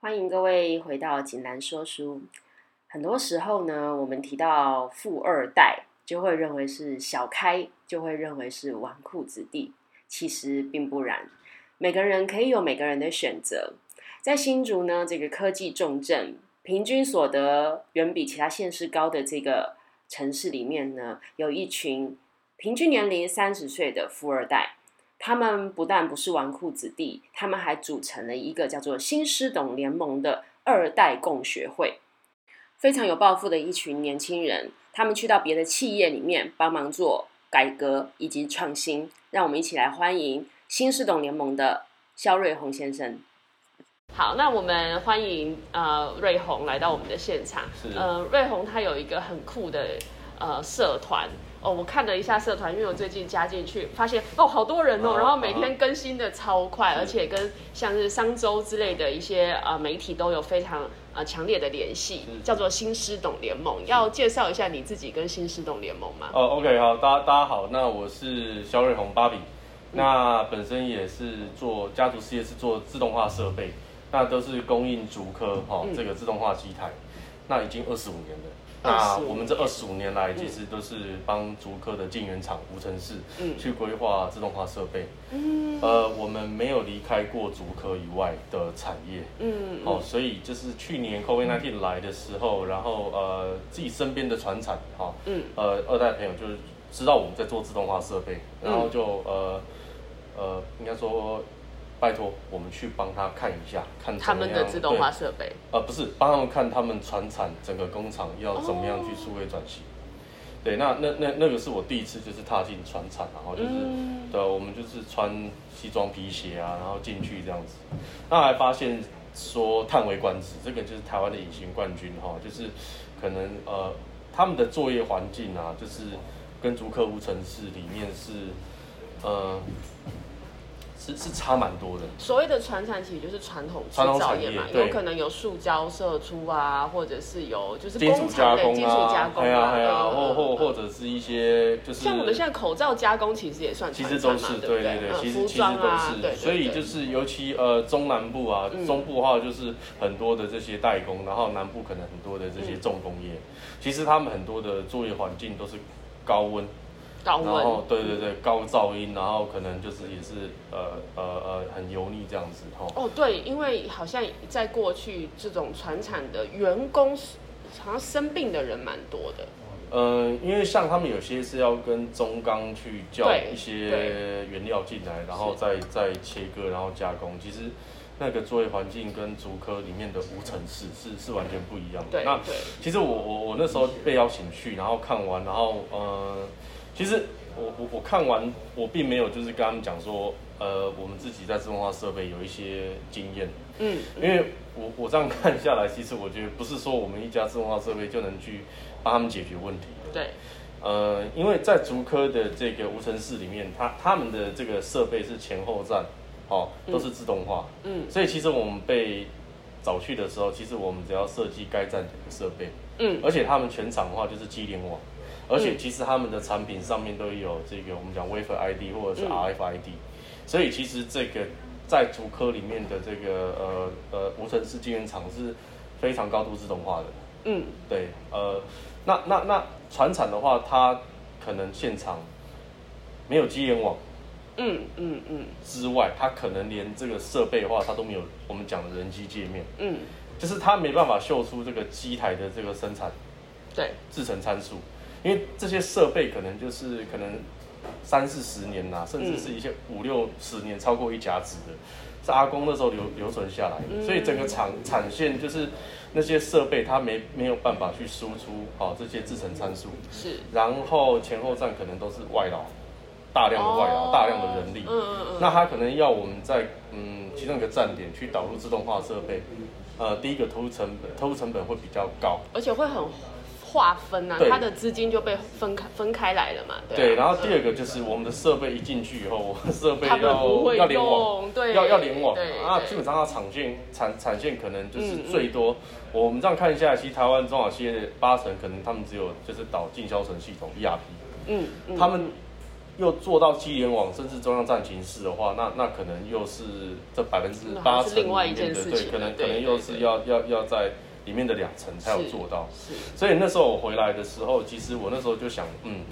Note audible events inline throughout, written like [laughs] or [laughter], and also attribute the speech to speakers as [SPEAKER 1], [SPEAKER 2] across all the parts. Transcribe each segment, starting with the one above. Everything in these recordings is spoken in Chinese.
[SPEAKER 1] 欢迎各位回到锦兰说书。很多时候呢，我们提到富二代，就会认为是小开，就会认为是纨绔子弟。其实并不然，每个人可以有每个人的选择。在新竹呢，这个科技重镇，平均所得远比其他县市高的这个城市里面呢，有一群平均年龄三十岁的富二代。他们不但不是纨绔子弟，他们还组成了一个叫做“新师董联盟”的二代共学会，非常有抱负的一群年轻人。他们去到别的企业里面帮忙做改革以及创新。让我们一起来欢迎新师董联盟的肖瑞红先生。好，那我们欢迎呃瑞红来到我们的现场。
[SPEAKER 2] 是
[SPEAKER 1] 呃，瑞红他有一个很酷的呃社团哦，我看了一下社团，因为我最近加进去，发现哦好多人哦，
[SPEAKER 2] 哦
[SPEAKER 1] 然后每
[SPEAKER 2] 哦
[SPEAKER 1] 天更新的超快，
[SPEAKER 2] 是
[SPEAKER 1] 而且跟像是商周之类的一些呃媒体都有非常呃强烈的联系，
[SPEAKER 2] 是
[SPEAKER 1] 叫做新师董联盟。要介绍一下你自己跟新师董联盟吗？
[SPEAKER 2] 哦、o k 好，大家大家好，那我是肖瑞红芭比，那本身也是做家族事业，是做自动化设备，那都是供应竹科哈、哦
[SPEAKER 1] 嗯
[SPEAKER 2] 这个自动化机台，那已经二十五年了。
[SPEAKER 1] 25
[SPEAKER 2] 那
[SPEAKER 1] 年
[SPEAKER 2] 我们这二十五年来，其实都是帮竹科的晶圆厂无尘室
[SPEAKER 1] 嗯
[SPEAKER 2] 去规划自动化设备。
[SPEAKER 1] 嗯
[SPEAKER 2] 呃，我们没有离开过竹科以外的产业。
[SPEAKER 1] 嗯
[SPEAKER 2] 哦，所以就是去年 COVID-19 来的时候，然后呃自己身边的船产哈，
[SPEAKER 1] 嗯
[SPEAKER 2] 呃二代朋友就是知道我们在做自动化设备，然
[SPEAKER 1] 嗯
[SPEAKER 2] 后就、呃呃应该说拜托我们去帮他看一下，看
[SPEAKER 1] 他
[SPEAKER 2] 怎么
[SPEAKER 1] 们
[SPEAKER 2] 样
[SPEAKER 1] 的自动化设备。
[SPEAKER 2] 对呃不是帮他们看他们船产整个工厂要怎么样去数位转型。对，那那那那个是我第一次就是踏进船厂，然后就是、
[SPEAKER 1] 嗯
[SPEAKER 2] 对，啊我们就是穿西装皮鞋啊，然后进去这样子。那还发现说叹为观止，这个就是台湾的隐形冠军哈、就是可能呃他们的作业环境啊，就是跟竹科无城市里面是呃是是差蛮多的。
[SPEAKER 1] 所谓的传产其实就是传统制
[SPEAKER 2] 传统
[SPEAKER 1] 造
[SPEAKER 2] 产
[SPEAKER 1] 业嘛，
[SPEAKER 2] 业对
[SPEAKER 1] 有可能有塑胶射出啊，或者是有就是
[SPEAKER 2] 金属
[SPEAKER 1] 工
[SPEAKER 2] 加
[SPEAKER 1] 厂的
[SPEAKER 2] 工
[SPEAKER 1] 金属加
[SPEAKER 2] 啊，
[SPEAKER 1] 工
[SPEAKER 2] 哎呀哎呀，
[SPEAKER 1] 嗯
[SPEAKER 2] 或
[SPEAKER 1] 嗯
[SPEAKER 2] 或
[SPEAKER 1] 嗯
[SPEAKER 2] 或者是一些就是
[SPEAKER 1] 像我们现在口罩加工其实也算
[SPEAKER 2] 嗯其
[SPEAKER 1] 传
[SPEAKER 2] 实
[SPEAKER 1] 产
[SPEAKER 2] 都
[SPEAKER 1] 嘛，
[SPEAKER 2] 是
[SPEAKER 1] 对不
[SPEAKER 2] 对对对，
[SPEAKER 1] 嗯
[SPEAKER 2] 其实
[SPEAKER 1] 服
[SPEAKER 2] 其实
[SPEAKER 1] 装
[SPEAKER 2] 都
[SPEAKER 1] 啊，对，
[SPEAKER 2] 是，
[SPEAKER 1] 对
[SPEAKER 2] 所以
[SPEAKER 1] 对嗯
[SPEAKER 2] 就是尤其呃中南部啊，中部的话就是很多的这些代工，然后南部可能很多的这些重工业，
[SPEAKER 1] 嗯
[SPEAKER 2] 其实他们很多的作业环境都是高温，
[SPEAKER 1] 高
[SPEAKER 2] 然后
[SPEAKER 1] 温，
[SPEAKER 2] 对对对高噪音，然后可能就是也是呃呃呃很油腻这样子哈。
[SPEAKER 1] 哦，对，因为好像在过去这种传产的员工是，好像生病的人蛮多的。
[SPEAKER 2] 呃，因为像他们有些是要跟中钢去叫
[SPEAKER 1] 对
[SPEAKER 2] 一些原料进来，然后再再切割，然后加工。其实那个作业环境跟竹科里面的无尘室是是完全不一样的。
[SPEAKER 1] 对
[SPEAKER 2] 那
[SPEAKER 1] 对，
[SPEAKER 2] 其实我我我那时候被邀请去，然后看完，然后呃，其实我我我看完，我并没有就是跟他们讲说，呃，我们自己在自动化设备有一些经验，
[SPEAKER 1] 嗯，
[SPEAKER 2] 因为我我这样看下来，其实我觉得不是说我们一家自动化设备就能去帮他们解决问题的。
[SPEAKER 1] 对，
[SPEAKER 2] 呃，因为在竹科的这个无尘室里面，它他们的这个设备是前后站，哦，都是自动化，
[SPEAKER 1] 嗯
[SPEAKER 2] 所以其实我们被找去的时候，其实我们只要设计该站的设备，
[SPEAKER 1] 嗯，
[SPEAKER 2] 而且他们全场的话就是机联网，而且
[SPEAKER 1] 嗯
[SPEAKER 2] 其实他们的产品上面都有这个我们讲 Wafer ID 或者是
[SPEAKER 1] 嗯
[SPEAKER 2] RFID，、所以其实这个在竹科里面的这个呃呃无尘室晶圆厂是非常高度自动化的。
[SPEAKER 1] 嗯，
[SPEAKER 2] 对，呃，那那那船产的话，它可能现场没有机联网
[SPEAKER 1] 嗯嗯嗯
[SPEAKER 2] 之外，它可能连这个设备的话，它都没有我们讲的人机界面，
[SPEAKER 1] 嗯，
[SPEAKER 2] 就是它没办法秀出这个机台的这个生产
[SPEAKER 1] 对，
[SPEAKER 2] 制成参数，因为这些设备可能就是可能三四十年呐、甚至是一些五六十年超过一甲子的，是阿公那时候留留存下来的，所以整个产产线就是那些设备它没没有办法去输出好、这些制成参数，
[SPEAKER 1] 是
[SPEAKER 2] 然后前后站可能都是外劳，大量的外劳，大量的人力，
[SPEAKER 1] 哦嗯嗯嗯，
[SPEAKER 2] 那他可能要我们在嗯其中一个站点去导入自动化设备，呃，第一个投入成本投入成本会比较高。
[SPEAKER 1] 而且会很划分啊，
[SPEAKER 2] 对
[SPEAKER 1] 它的资金就被分开分开来了嘛，对啊
[SPEAKER 2] 对，然后第二个就是我们的设备一进去以后，我们设备
[SPEAKER 1] 他们不
[SPEAKER 2] 要
[SPEAKER 1] 会
[SPEAKER 2] 要联网，
[SPEAKER 1] 用，对，
[SPEAKER 2] 要要联网
[SPEAKER 1] 对，
[SPEAKER 2] 啊，
[SPEAKER 1] 对
[SPEAKER 2] 基本上它产线产产线可能就是
[SPEAKER 1] 嗯嗯
[SPEAKER 2] 最多，我们这样看一下来，其实台湾中小，E 企业的八成可能他们只有就是导进销层系统 ERP，
[SPEAKER 1] 嗯嗯，
[SPEAKER 2] 他们又做到机联网甚至中央战情室的话，那那可能又是这百分之八
[SPEAKER 1] 是
[SPEAKER 2] 成
[SPEAKER 1] 另外
[SPEAKER 2] 里
[SPEAKER 1] 一件
[SPEAKER 2] 面的
[SPEAKER 1] 事
[SPEAKER 2] 对，
[SPEAKER 1] 情
[SPEAKER 2] 可
[SPEAKER 1] 了
[SPEAKER 2] 能
[SPEAKER 1] 对
[SPEAKER 2] 可能
[SPEAKER 1] 对
[SPEAKER 2] 又
[SPEAKER 1] 对
[SPEAKER 2] 是要要要在里面的两层才有
[SPEAKER 1] 是
[SPEAKER 2] 做到。
[SPEAKER 1] 是
[SPEAKER 2] 所以那时候我回来的时候，其实我那时候就想，嗯，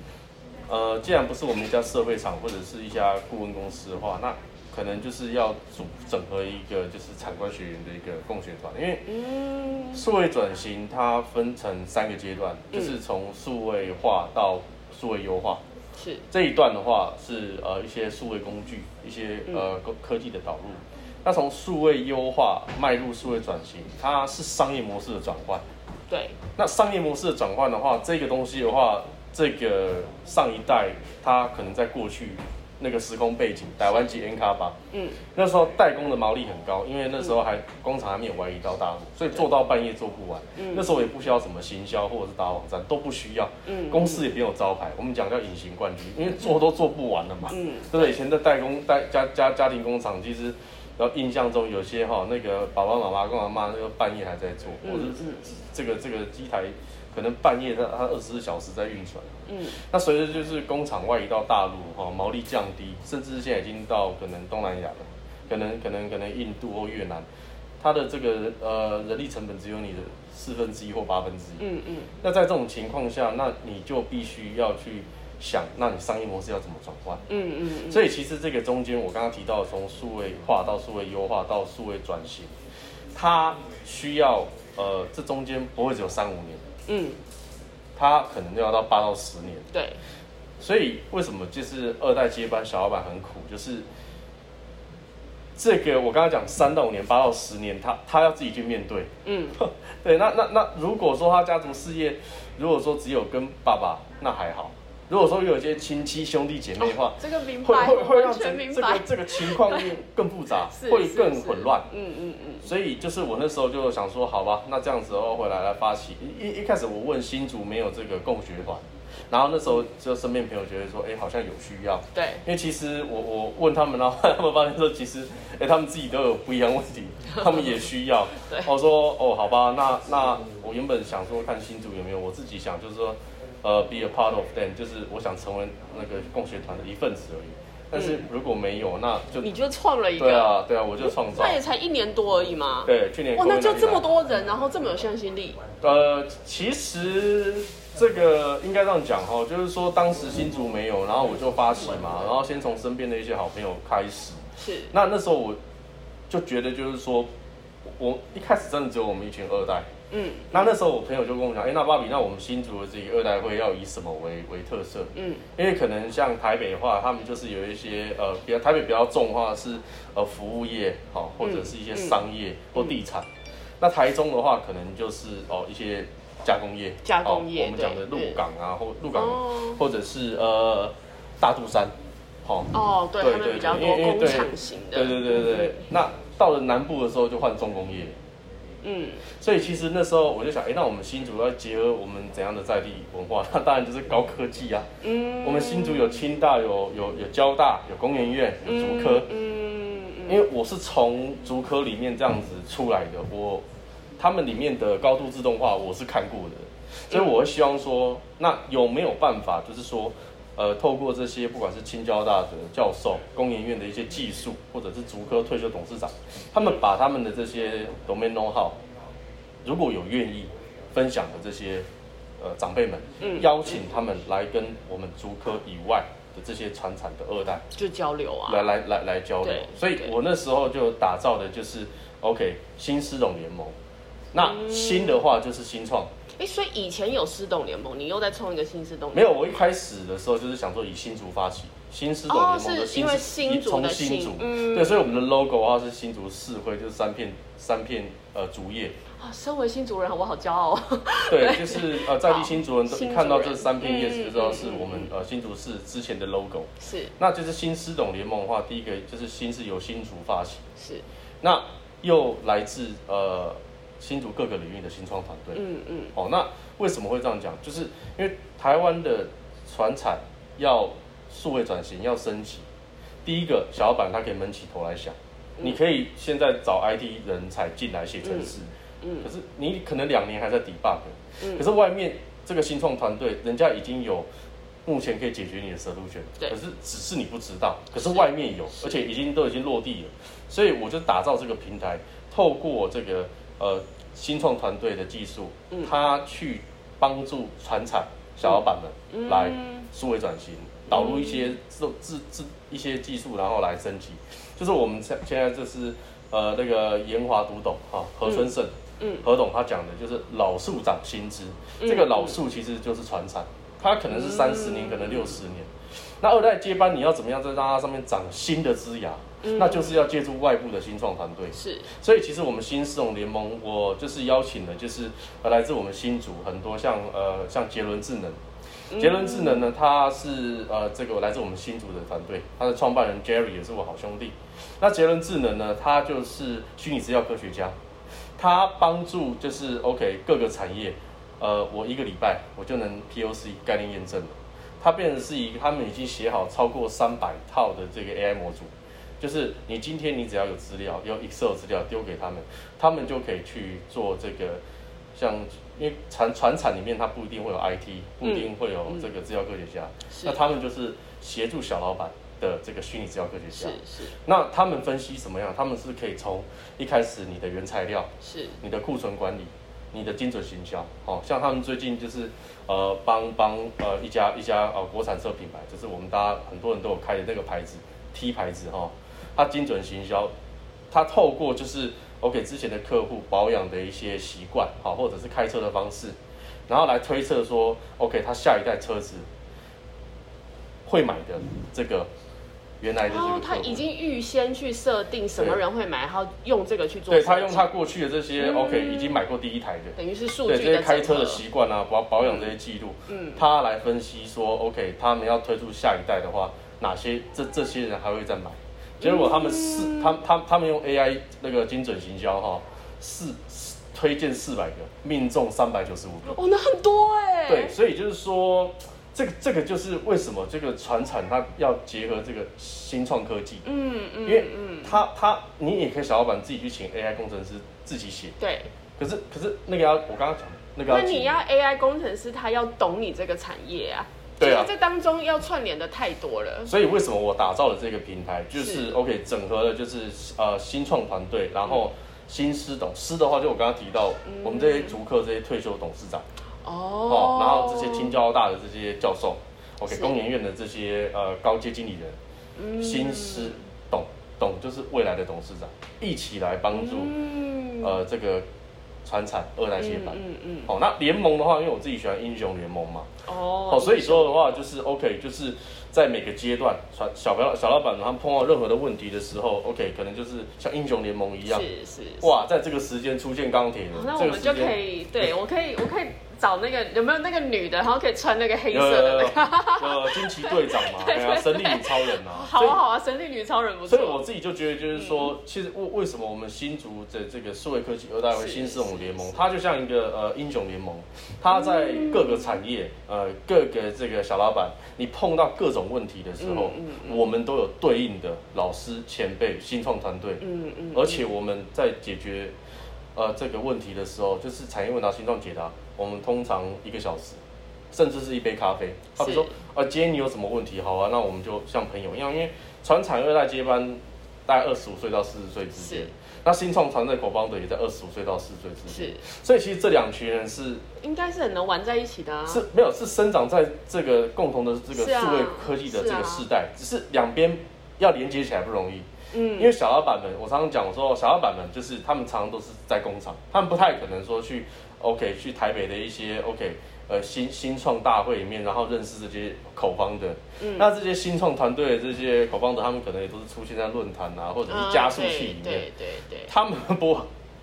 [SPEAKER 2] 呃，既然不是我们一家设备厂或者是一家顾问公司的话，那可能就是要组整合一个就是产官学员的一个共学团，因为
[SPEAKER 1] 嗯
[SPEAKER 2] 数位转型它分成三个阶段，
[SPEAKER 1] 嗯
[SPEAKER 2] 就是从数位化到数位优化。
[SPEAKER 1] 是
[SPEAKER 2] 这一段的话是呃一些数位工具，一些
[SPEAKER 1] 嗯
[SPEAKER 2] 呃科科技的导入。那从数位优化迈入数位转型，它是商业模式的转换。
[SPEAKER 1] 对
[SPEAKER 2] 那商业模式的转换的话，这个东西的话，这个上一代它可能在过去那个时空背景，台湾及 N 卡吧，
[SPEAKER 1] 嗯
[SPEAKER 2] 那时候代工的毛利很高，因为那时候还工厂还没有外移到大陆，所以做到半夜做不完。那时候也不需要什么行销或者是打网站，都不需要。
[SPEAKER 1] 嗯
[SPEAKER 2] 公司也没有招牌，我们讲叫隐形冠军，因为做都做不完了嘛。
[SPEAKER 1] 嗯
[SPEAKER 2] 对不对？以前的代工代家家家庭工厂，其实然后印象中有些哈、那个爸爸妈妈跟我妈那个半夜还在做，
[SPEAKER 1] 嗯
[SPEAKER 2] 或者是这个这个机台可能半夜它它二十四小时在运转。
[SPEAKER 1] 嗯
[SPEAKER 2] 那随着就是工厂外移到大陆，哈、毛利降低，甚至现在已经到可能东南亚了，可能可能可能印度或越南，它的这个呃人力成本只有你的四分之一或八分之一。
[SPEAKER 1] 嗯嗯
[SPEAKER 2] 那在这种情况下，那你就必须要去想，那你商业模式要怎么转换？
[SPEAKER 1] 嗯嗯，
[SPEAKER 2] 所以其实这个中间，我刚刚提到从数位化到数位优化到数位转型，它需要呃，这中间不会只有三五年，
[SPEAKER 1] 嗯
[SPEAKER 2] 它可能要到八到十年。
[SPEAKER 1] 对
[SPEAKER 2] 所以为什么就是二代接班小老板很苦，就是这个我刚刚讲三到五年、八到十年，他他要自己去面对。
[SPEAKER 1] 嗯
[SPEAKER 2] [laughs] 对，那那那如果说他家族事业，如果说只有跟爸爸，那还好；如果说有一些亲戚兄弟姐妹的话，
[SPEAKER 1] 这个明
[SPEAKER 2] 会
[SPEAKER 1] 白，
[SPEAKER 2] 会会
[SPEAKER 1] 完
[SPEAKER 2] 让
[SPEAKER 1] 全
[SPEAKER 2] 整
[SPEAKER 1] 明
[SPEAKER 2] 这个
[SPEAKER 1] 白，
[SPEAKER 2] 这个情况更更复
[SPEAKER 1] [laughs]
[SPEAKER 2] 杂
[SPEAKER 1] 是，
[SPEAKER 2] 会
[SPEAKER 1] 是
[SPEAKER 2] 更
[SPEAKER 1] 是
[SPEAKER 2] 混乱。
[SPEAKER 1] 嗯嗯嗯，
[SPEAKER 2] 所以就是我那时候就想说，好吧，那这样子的话回来来发起。一一一开始我问新竹没有这个共学团，然后那时候就身边朋友觉得说，哎、好像有需要。
[SPEAKER 1] 对
[SPEAKER 2] 因为其实我我问他们，然后 [laughs] 他们发现说，其实哎、他们自己都有不一样问
[SPEAKER 1] [laughs]
[SPEAKER 2] 题，他们也需要
[SPEAKER 1] 对。
[SPEAKER 2] 我说哦，好吧，那那我原本想说看新竹有没有，我自己想就是说，呃，be a part of them，就是我想成为那个共学团的一份子而已。但是如果没有，那就
[SPEAKER 1] 嗯你就创了一
[SPEAKER 2] 对
[SPEAKER 1] 个，
[SPEAKER 2] 啊对啊，我就创造
[SPEAKER 1] 那。也才一年多而已嘛，
[SPEAKER 2] 对，去年
[SPEAKER 1] 哇，那就
[SPEAKER 2] COVID-19
[SPEAKER 1] 这么多人，然后这么有向心力，
[SPEAKER 2] 呃，其实这个应该这样讲哈，就是说当时新竹没有，然后我就发起嘛，然后先从身边的一些好朋友开始。
[SPEAKER 1] 是
[SPEAKER 2] 那那时候我就觉得就是说，我一开始真的只有我们一群二代。
[SPEAKER 1] 嗯
[SPEAKER 2] 那那时候我朋友就跟我讲，哎、那芭比，那我们新竹的这个二代会要以什么为为特色？
[SPEAKER 1] 嗯
[SPEAKER 2] 因为可能像台北的话，他们就是有一些呃，比较台北比较重的话是呃服务业，好、或者是一些商
[SPEAKER 1] 嗯
[SPEAKER 2] 业或地产。那台中的话，可能就是哦一些加工业，
[SPEAKER 1] 加工业
[SPEAKER 2] 哦我们讲的
[SPEAKER 1] 对
[SPEAKER 2] 鹿港啊，或鹿港，
[SPEAKER 1] 哦
[SPEAKER 2] 或者是呃大肚山，好、
[SPEAKER 1] 哦，对他们比较多工厂型的，
[SPEAKER 2] 对对对对对。那到了南部的时候，就换重工业。
[SPEAKER 1] 嗯
[SPEAKER 2] 所以其实那时候我就想，哎、那我们新竹要结合我们怎样的在地文化？那当然就是高科技啊。
[SPEAKER 1] 嗯
[SPEAKER 2] 我们新竹有清大，有有有交大，有工研院，有竹科。
[SPEAKER 1] 嗯
[SPEAKER 2] 因为我是从竹科里面这样子出来的，我他们里面的高度自动化我是看过的，所以我会希望说，那有没有办法，就是说，呃，透过这些不管是清交大的教授、工研院的一些技术，或者是竹科退休董事长，他们把他们的这些 domain know how，如果有愿意分享的这些呃长辈们，
[SPEAKER 1] 嗯
[SPEAKER 2] 邀请他们来跟我们竹科以外的这些传产的二代。
[SPEAKER 1] 就交流啊，
[SPEAKER 2] 来来来来交流
[SPEAKER 1] 对。
[SPEAKER 2] 所以
[SPEAKER 1] 对
[SPEAKER 2] 我那时候就打造的就是 OK 新师董联盟。
[SPEAKER 1] 嗯
[SPEAKER 2] 那新的话就是新创，
[SPEAKER 1] 哎，所以以前有师董联盟，你又在创一个新师董
[SPEAKER 2] 没
[SPEAKER 1] 联
[SPEAKER 2] 有。我一开始的时候就是想说以新竹发起，新师董联盟
[SPEAKER 1] 哦
[SPEAKER 2] 的
[SPEAKER 1] 是
[SPEAKER 2] 新
[SPEAKER 1] 因为新
[SPEAKER 2] 新
[SPEAKER 1] 竹
[SPEAKER 2] 从
[SPEAKER 1] 的
[SPEAKER 2] 新
[SPEAKER 1] 新
[SPEAKER 2] 竹，
[SPEAKER 1] 嗯
[SPEAKER 2] 对，所以我们的 logo 的话是新竹市徽，就是三片三片呃竹叶，
[SPEAKER 1] 盟啊，身为新主人，我好骄傲、 [laughs] 哦。
[SPEAKER 2] 对，就是呃在地新竹人都
[SPEAKER 1] 新竹人
[SPEAKER 2] 看到这三片叶子就知道
[SPEAKER 1] 嗯
[SPEAKER 2] 是
[SPEAKER 1] 嗯嗯
[SPEAKER 2] 我们呃新竹市之前的 logo。
[SPEAKER 1] 是
[SPEAKER 2] 那就是新师董联盟的话，第一个就是新是由新竹发起，
[SPEAKER 1] 是，
[SPEAKER 2] 那又来自呃新竹各个领域的新创团队。
[SPEAKER 1] 嗯嗯
[SPEAKER 2] 哦，那为什么会这样讲？就是因为台湾的船产要数位转型，要升级。第一个，小老板他可以闷起头来想，
[SPEAKER 1] 嗯
[SPEAKER 2] 你可以现在找 IT 人才进来写程式，
[SPEAKER 1] 嗯
[SPEAKER 2] 可是你可能两年还在 debug，、
[SPEAKER 1] 嗯
[SPEAKER 2] 可是外面这个新创团队，人家已经有目前可以解决你的 solution，
[SPEAKER 1] 对
[SPEAKER 2] 可是只是你不知道，可是外面有，而且已经都已经落地了，所以我就打造这个平台，透过这个呃新创团队的技术，
[SPEAKER 1] 嗯
[SPEAKER 2] 他去帮助船厂小老板们来
[SPEAKER 1] 嗯
[SPEAKER 2] 数位转型，导入一些自自自一些技术，然后来升级，就是我们现现在就是呃那个研华读懂哈何春盛。
[SPEAKER 1] 嗯
[SPEAKER 2] 何董他讲的就是老树长新枝，
[SPEAKER 1] 嗯
[SPEAKER 2] 这个老树其实就是传产，它可能是三十年，可能六十年。那二代接班，你要怎么样再让它上面长新的枝芽？
[SPEAKER 1] 嗯
[SPEAKER 2] 那就是要借助外部的新创团队。
[SPEAKER 1] 是
[SPEAKER 2] 所以其实我们新四种联盟，我就是邀请了，就是呃来自我们新竹很多像呃像杰伦智能，杰伦智能呢，他是呃这个来自我们新竹的团队，他的创办人 Jerry 也是我好兄弟。那杰伦智能呢，他就是虚拟资料科学家，他帮助就是 OK 各个产业，呃，我一个礼拜我就能 POC 概念验证了。它变成是一个，他们已经写好超过三百套的这个 AI 模组，就是你今天你只要有资料，有 Excel 资料丢给他们，他们就可以去做这个，像因为传传产里面它不一定会有 IT，不一定会有这个资料科学家，
[SPEAKER 1] 嗯是
[SPEAKER 2] 那他们就是协助小老板的这个虚拟资料科学
[SPEAKER 1] 是
[SPEAKER 2] 家。
[SPEAKER 1] 是
[SPEAKER 2] 那他们分析什么样？他们是可以从一开始你的原材料，
[SPEAKER 1] 是，
[SPEAKER 2] 你的库存管理，你的精准行销，哦，像他们最近就是呃帮帮呃一家一家呃国产车品牌，就是我们大家很多人都有开的那个牌子 T 牌子哈、哦，它精准行销，它透过就是 OK 之前的客户保养的一些习惯，好、或者是开车的方式，然后来推测说 OK 他下一代车子会买的这个原来的这个客户。
[SPEAKER 1] 哦，他已经预先去设定什么
[SPEAKER 2] 对
[SPEAKER 1] 人会买，然后用这个去做设
[SPEAKER 2] 对
[SPEAKER 1] 计，
[SPEAKER 2] 他用他过去的这些、
[SPEAKER 1] 嗯
[SPEAKER 2] OK 已经买过第一台的，
[SPEAKER 1] 等于是数
[SPEAKER 2] 对
[SPEAKER 1] 据
[SPEAKER 2] 这些
[SPEAKER 1] 的
[SPEAKER 2] 开车
[SPEAKER 1] 整
[SPEAKER 2] 的
[SPEAKER 1] 合
[SPEAKER 2] 习惯啊，保保养这些记录，
[SPEAKER 1] 嗯
[SPEAKER 2] 他来分析说，OK，他们要推出下一代的话，哪些这这些人还会再买？结果他们四，他他他们用 AI 那个精准行销哈，四四推荐四百个，命中三百九十五个，
[SPEAKER 1] 哦，那很多哎、
[SPEAKER 2] 对，，所以就是说，这个这个就是为什么这个传产它要结合这个新创科技，
[SPEAKER 1] 嗯嗯，
[SPEAKER 2] 因为
[SPEAKER 1] 嗯，
[SPEAKER 2] 他他你也可以小老板自己去请 AI 工程师自己写，
[SPEAKER 1] 对，
[SPEAKER 2] 可是可是那个要我刚刚讲的那个
[SPEAKER 1] 那
[SPEAKER 2] 要请
[SPEAKER 1] 你要 AI 工程师，他要懂你这个产业啊，
[SPEAKER 2] 对啊
[SPEAKER 1] 所以这当中要串联的太多了，
[SPEAKER 2] 所以为什么我打造了这个平台，就是
[SPEAKER 1] 是
[SPEAKER 2] OK 整合了就是呃新创团队，然后新师董师的话，就我刚刚提到、我们这些足客这些退休董事长
[SPEAKER 1] 嗯哦
[SPEAKER 2] 哦，然后这些清交大的这些教授，OK
[SPEAKER 1] 是嗯
[SPEAKER 2] 工研院的这些呃高阶经理人，新师董董就是未来的董事长，一起来帮助、
[SPEAKER 1] 嗯
[SPEAKER 2] 呃这个传产二代接
[SPEAKER 1] 嗯
[SPEAKER 2] 班。
[SPEAKER 1] 嗯嗯，
[SPEAKER 2] 哦，那联盟的话，因为我自己喜欢英雄联盟嘛，
[SPEAKER 1] 哦
[SPEAKER 2] 哦，所以说的话就是 OK，就是在每个阶段，小小老小老板他们碰到任何的问题的时候，OK，可能就是像英雄联盟一样，
[SPEAKER 1] 是是是
[SPEAKER 2] 哇，在这个时间出现钢铁
[SPEAKER 1] 哦
[SPEAKER 2] 人，
[SPEAKER 1] 那
[SPEAKER 2] 这
[SPEAKER 1] 我
[SPEAKER 2] 个
[SPEAKER 1] 们就
[SPEAKER 2] 时
[SPEAKER 1] 可
[SPEAKER 2] 间。
[SPEAKER 1] 以，
[SPEAKER 2] [laughs]
[SPEAKER 1] 对我可以，我可以找那个有没有那个女的，然后可以穿那个黑
[SPEAKER 2] 有
[SPEAKER 1] 色
[SPEAKER 2] 有
[SPEAKER 1] 的
[SPEAKER 2] 有
[SPEAKER 1] 那
[SPEAKER 2] 有
[SPEAKER 1] 个， [laughs]
[SPEAKER 2] 呃，惊奇队长嘛，哎呀，神力女超人啊，
[SPEAKER 1] 好啊好啊，神力女超人不
[SPEAKER 2] 所
[SPEAKER 1] 错，嗯
[SPEAKER 2] 以我自己就觉得，就是说，其实为为什么我们新竹的这个数位科技呃二代会
[SPEAKER 1] 是
[SPEAKER 2] 新四种联盟
[SPEAKER 1] 是，
[SPEAKER 2] 它就像一个呃英雄联盟，它在各个产业呃各个这个小老板，你碰到各种问题的时候，
[SPEAKER 1] 嗯
[SPEAKER 2] 我们都有对应的老师前辈新创团队，
[SPEAKER 1] 嗯嗯，
[SPEAKER 2] 而且我们在解决呃这个问题的时候，就是产业问答新创解答，我们通常一个小时，甚至是一杯咖啡。好，比如说
[SPEAKER 1] 是
[SPEAKER 2] 啊，今天你有什么问题？好啊，那我们就像朋友一样，因为传产二代接班大概二十五岁到四十岁之间
[SPEAKER 1] 是，
[SPEAKER 2] 那新创团队狗帮的也在二十五岁到四十岁之间，
[SPEAKER 1] 是
[SPEAKER 2] 所以其实这两群人是
[SPEAKER 1] 应该是很能玩在一起的啊，
[SPEAKER 2] 是没有是生长在这个共同的这个
[SPEAKER 1] 是啊
[SPEAKER 2] 数位科技的这
[SPEAKER 1] 是
[SPEAKER 2] 个
[SPEAKER 1] 啊
[SPEAKER 2] 世代，只是两边要连接起来不容易。
[SPEAKER 1] 嗯，
[SPEAKER 2] 因为小老板们，我常常讲说，小老板们就是他们常常都是在工厂，他们不太可能说去 OK 去台北的一些 OK 呃新新创大会里面，然后认识这些口方的。
[SPEAKER 1] 嗯
[SPEAKER 2] 那这些新创团队的这些口方的，他们可能也都是出现在论坛啊，或者是加速器里
[SPEAKER 1] 啊
[SPEAKER 2] 面，
[SPEAKER 1] 对对对对，
[SPEAKER 2] [laughs] 他们不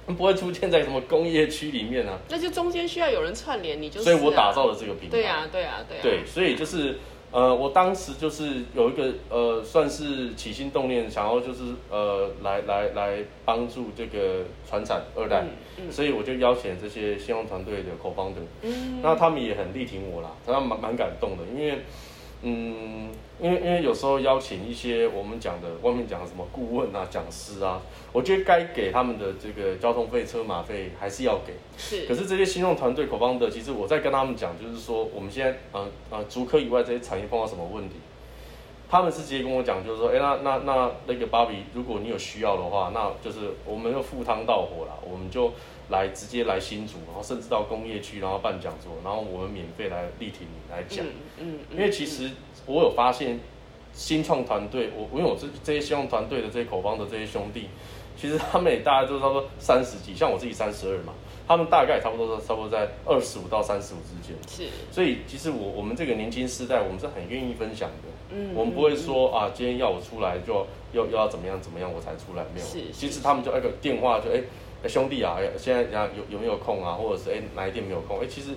[SPEAKER 2] 不会出现在什么工业区里面啊。
[SPEAKER 1] 那就中间需要有人串联，你就是
[SPEAKER 2] 所
[SPEAKER 1] 啊、
[SPEAKER 2] 以我打造了这个平台。
[SPEAKER 1] 对啊呀、对呀、对呀、
[SPEAKER 2] 对，所以就是呃，我当时就是有一个呃，算是起心动念，想要就是呃，来来来帮助这个船产二代，
[SPEAKER 1] 嗯嗯
[SPEAKER 2] 所以我就邀请这些信用团队的口方的，
[SPEAKER 1] 嗯
[SPEAKER 2] 那他们也很力挺我啦，他们蛮蛮感动的，因为嗯，因为因为有时候邀请一些我们讲的外面讲的什么顾问啊、讲师啊，我觉得该给他们的这个交通费、车马费还是要给。
[SPEAKER 1] 是
[SPEAKER 2] 可是这些新用团队口方的，其实我在跟他们讲，就是说我们现在呃呃，竹科以外这些产业碰到什么问题，他们是直接跟我讲，就是说，哎、那那那那个芭比，如果你有需要的话，那就是我们要赴汤蹈火啦，我们就来直接来新竹，然后甚至到工业区，然后办讲座，然后我们免费来力挺你来讲。
[SPEAKER 1] 嗯嗯，嗯
[SPEAKER 2] 因为其实我有发现，新创团队，我我因为我这这些新创团队的这些口方的这些兄弟，其实他们也大概都差不多三十几，像我自己三十二嘛，他们大概也差不多在差不多在二十五到三十五之间。
[SPEAKER 1] 是
[SPEAKER 2] 所以其实我我们这个年轻世代，我们是很愿意分享的。
[SPEAKER 1] 嗯
[SPEAKER 2] 我们不会说啊，今天要我出来就要要要怎么样怎么样我才出来，没有。
[SPEAKER 1] 是是
[SPEAKER 2] 其实他们就那个电话就哎、哎兄弟啊，哎现在啊有有没有空啊，或者是哎、哪一天没有空？哎、其实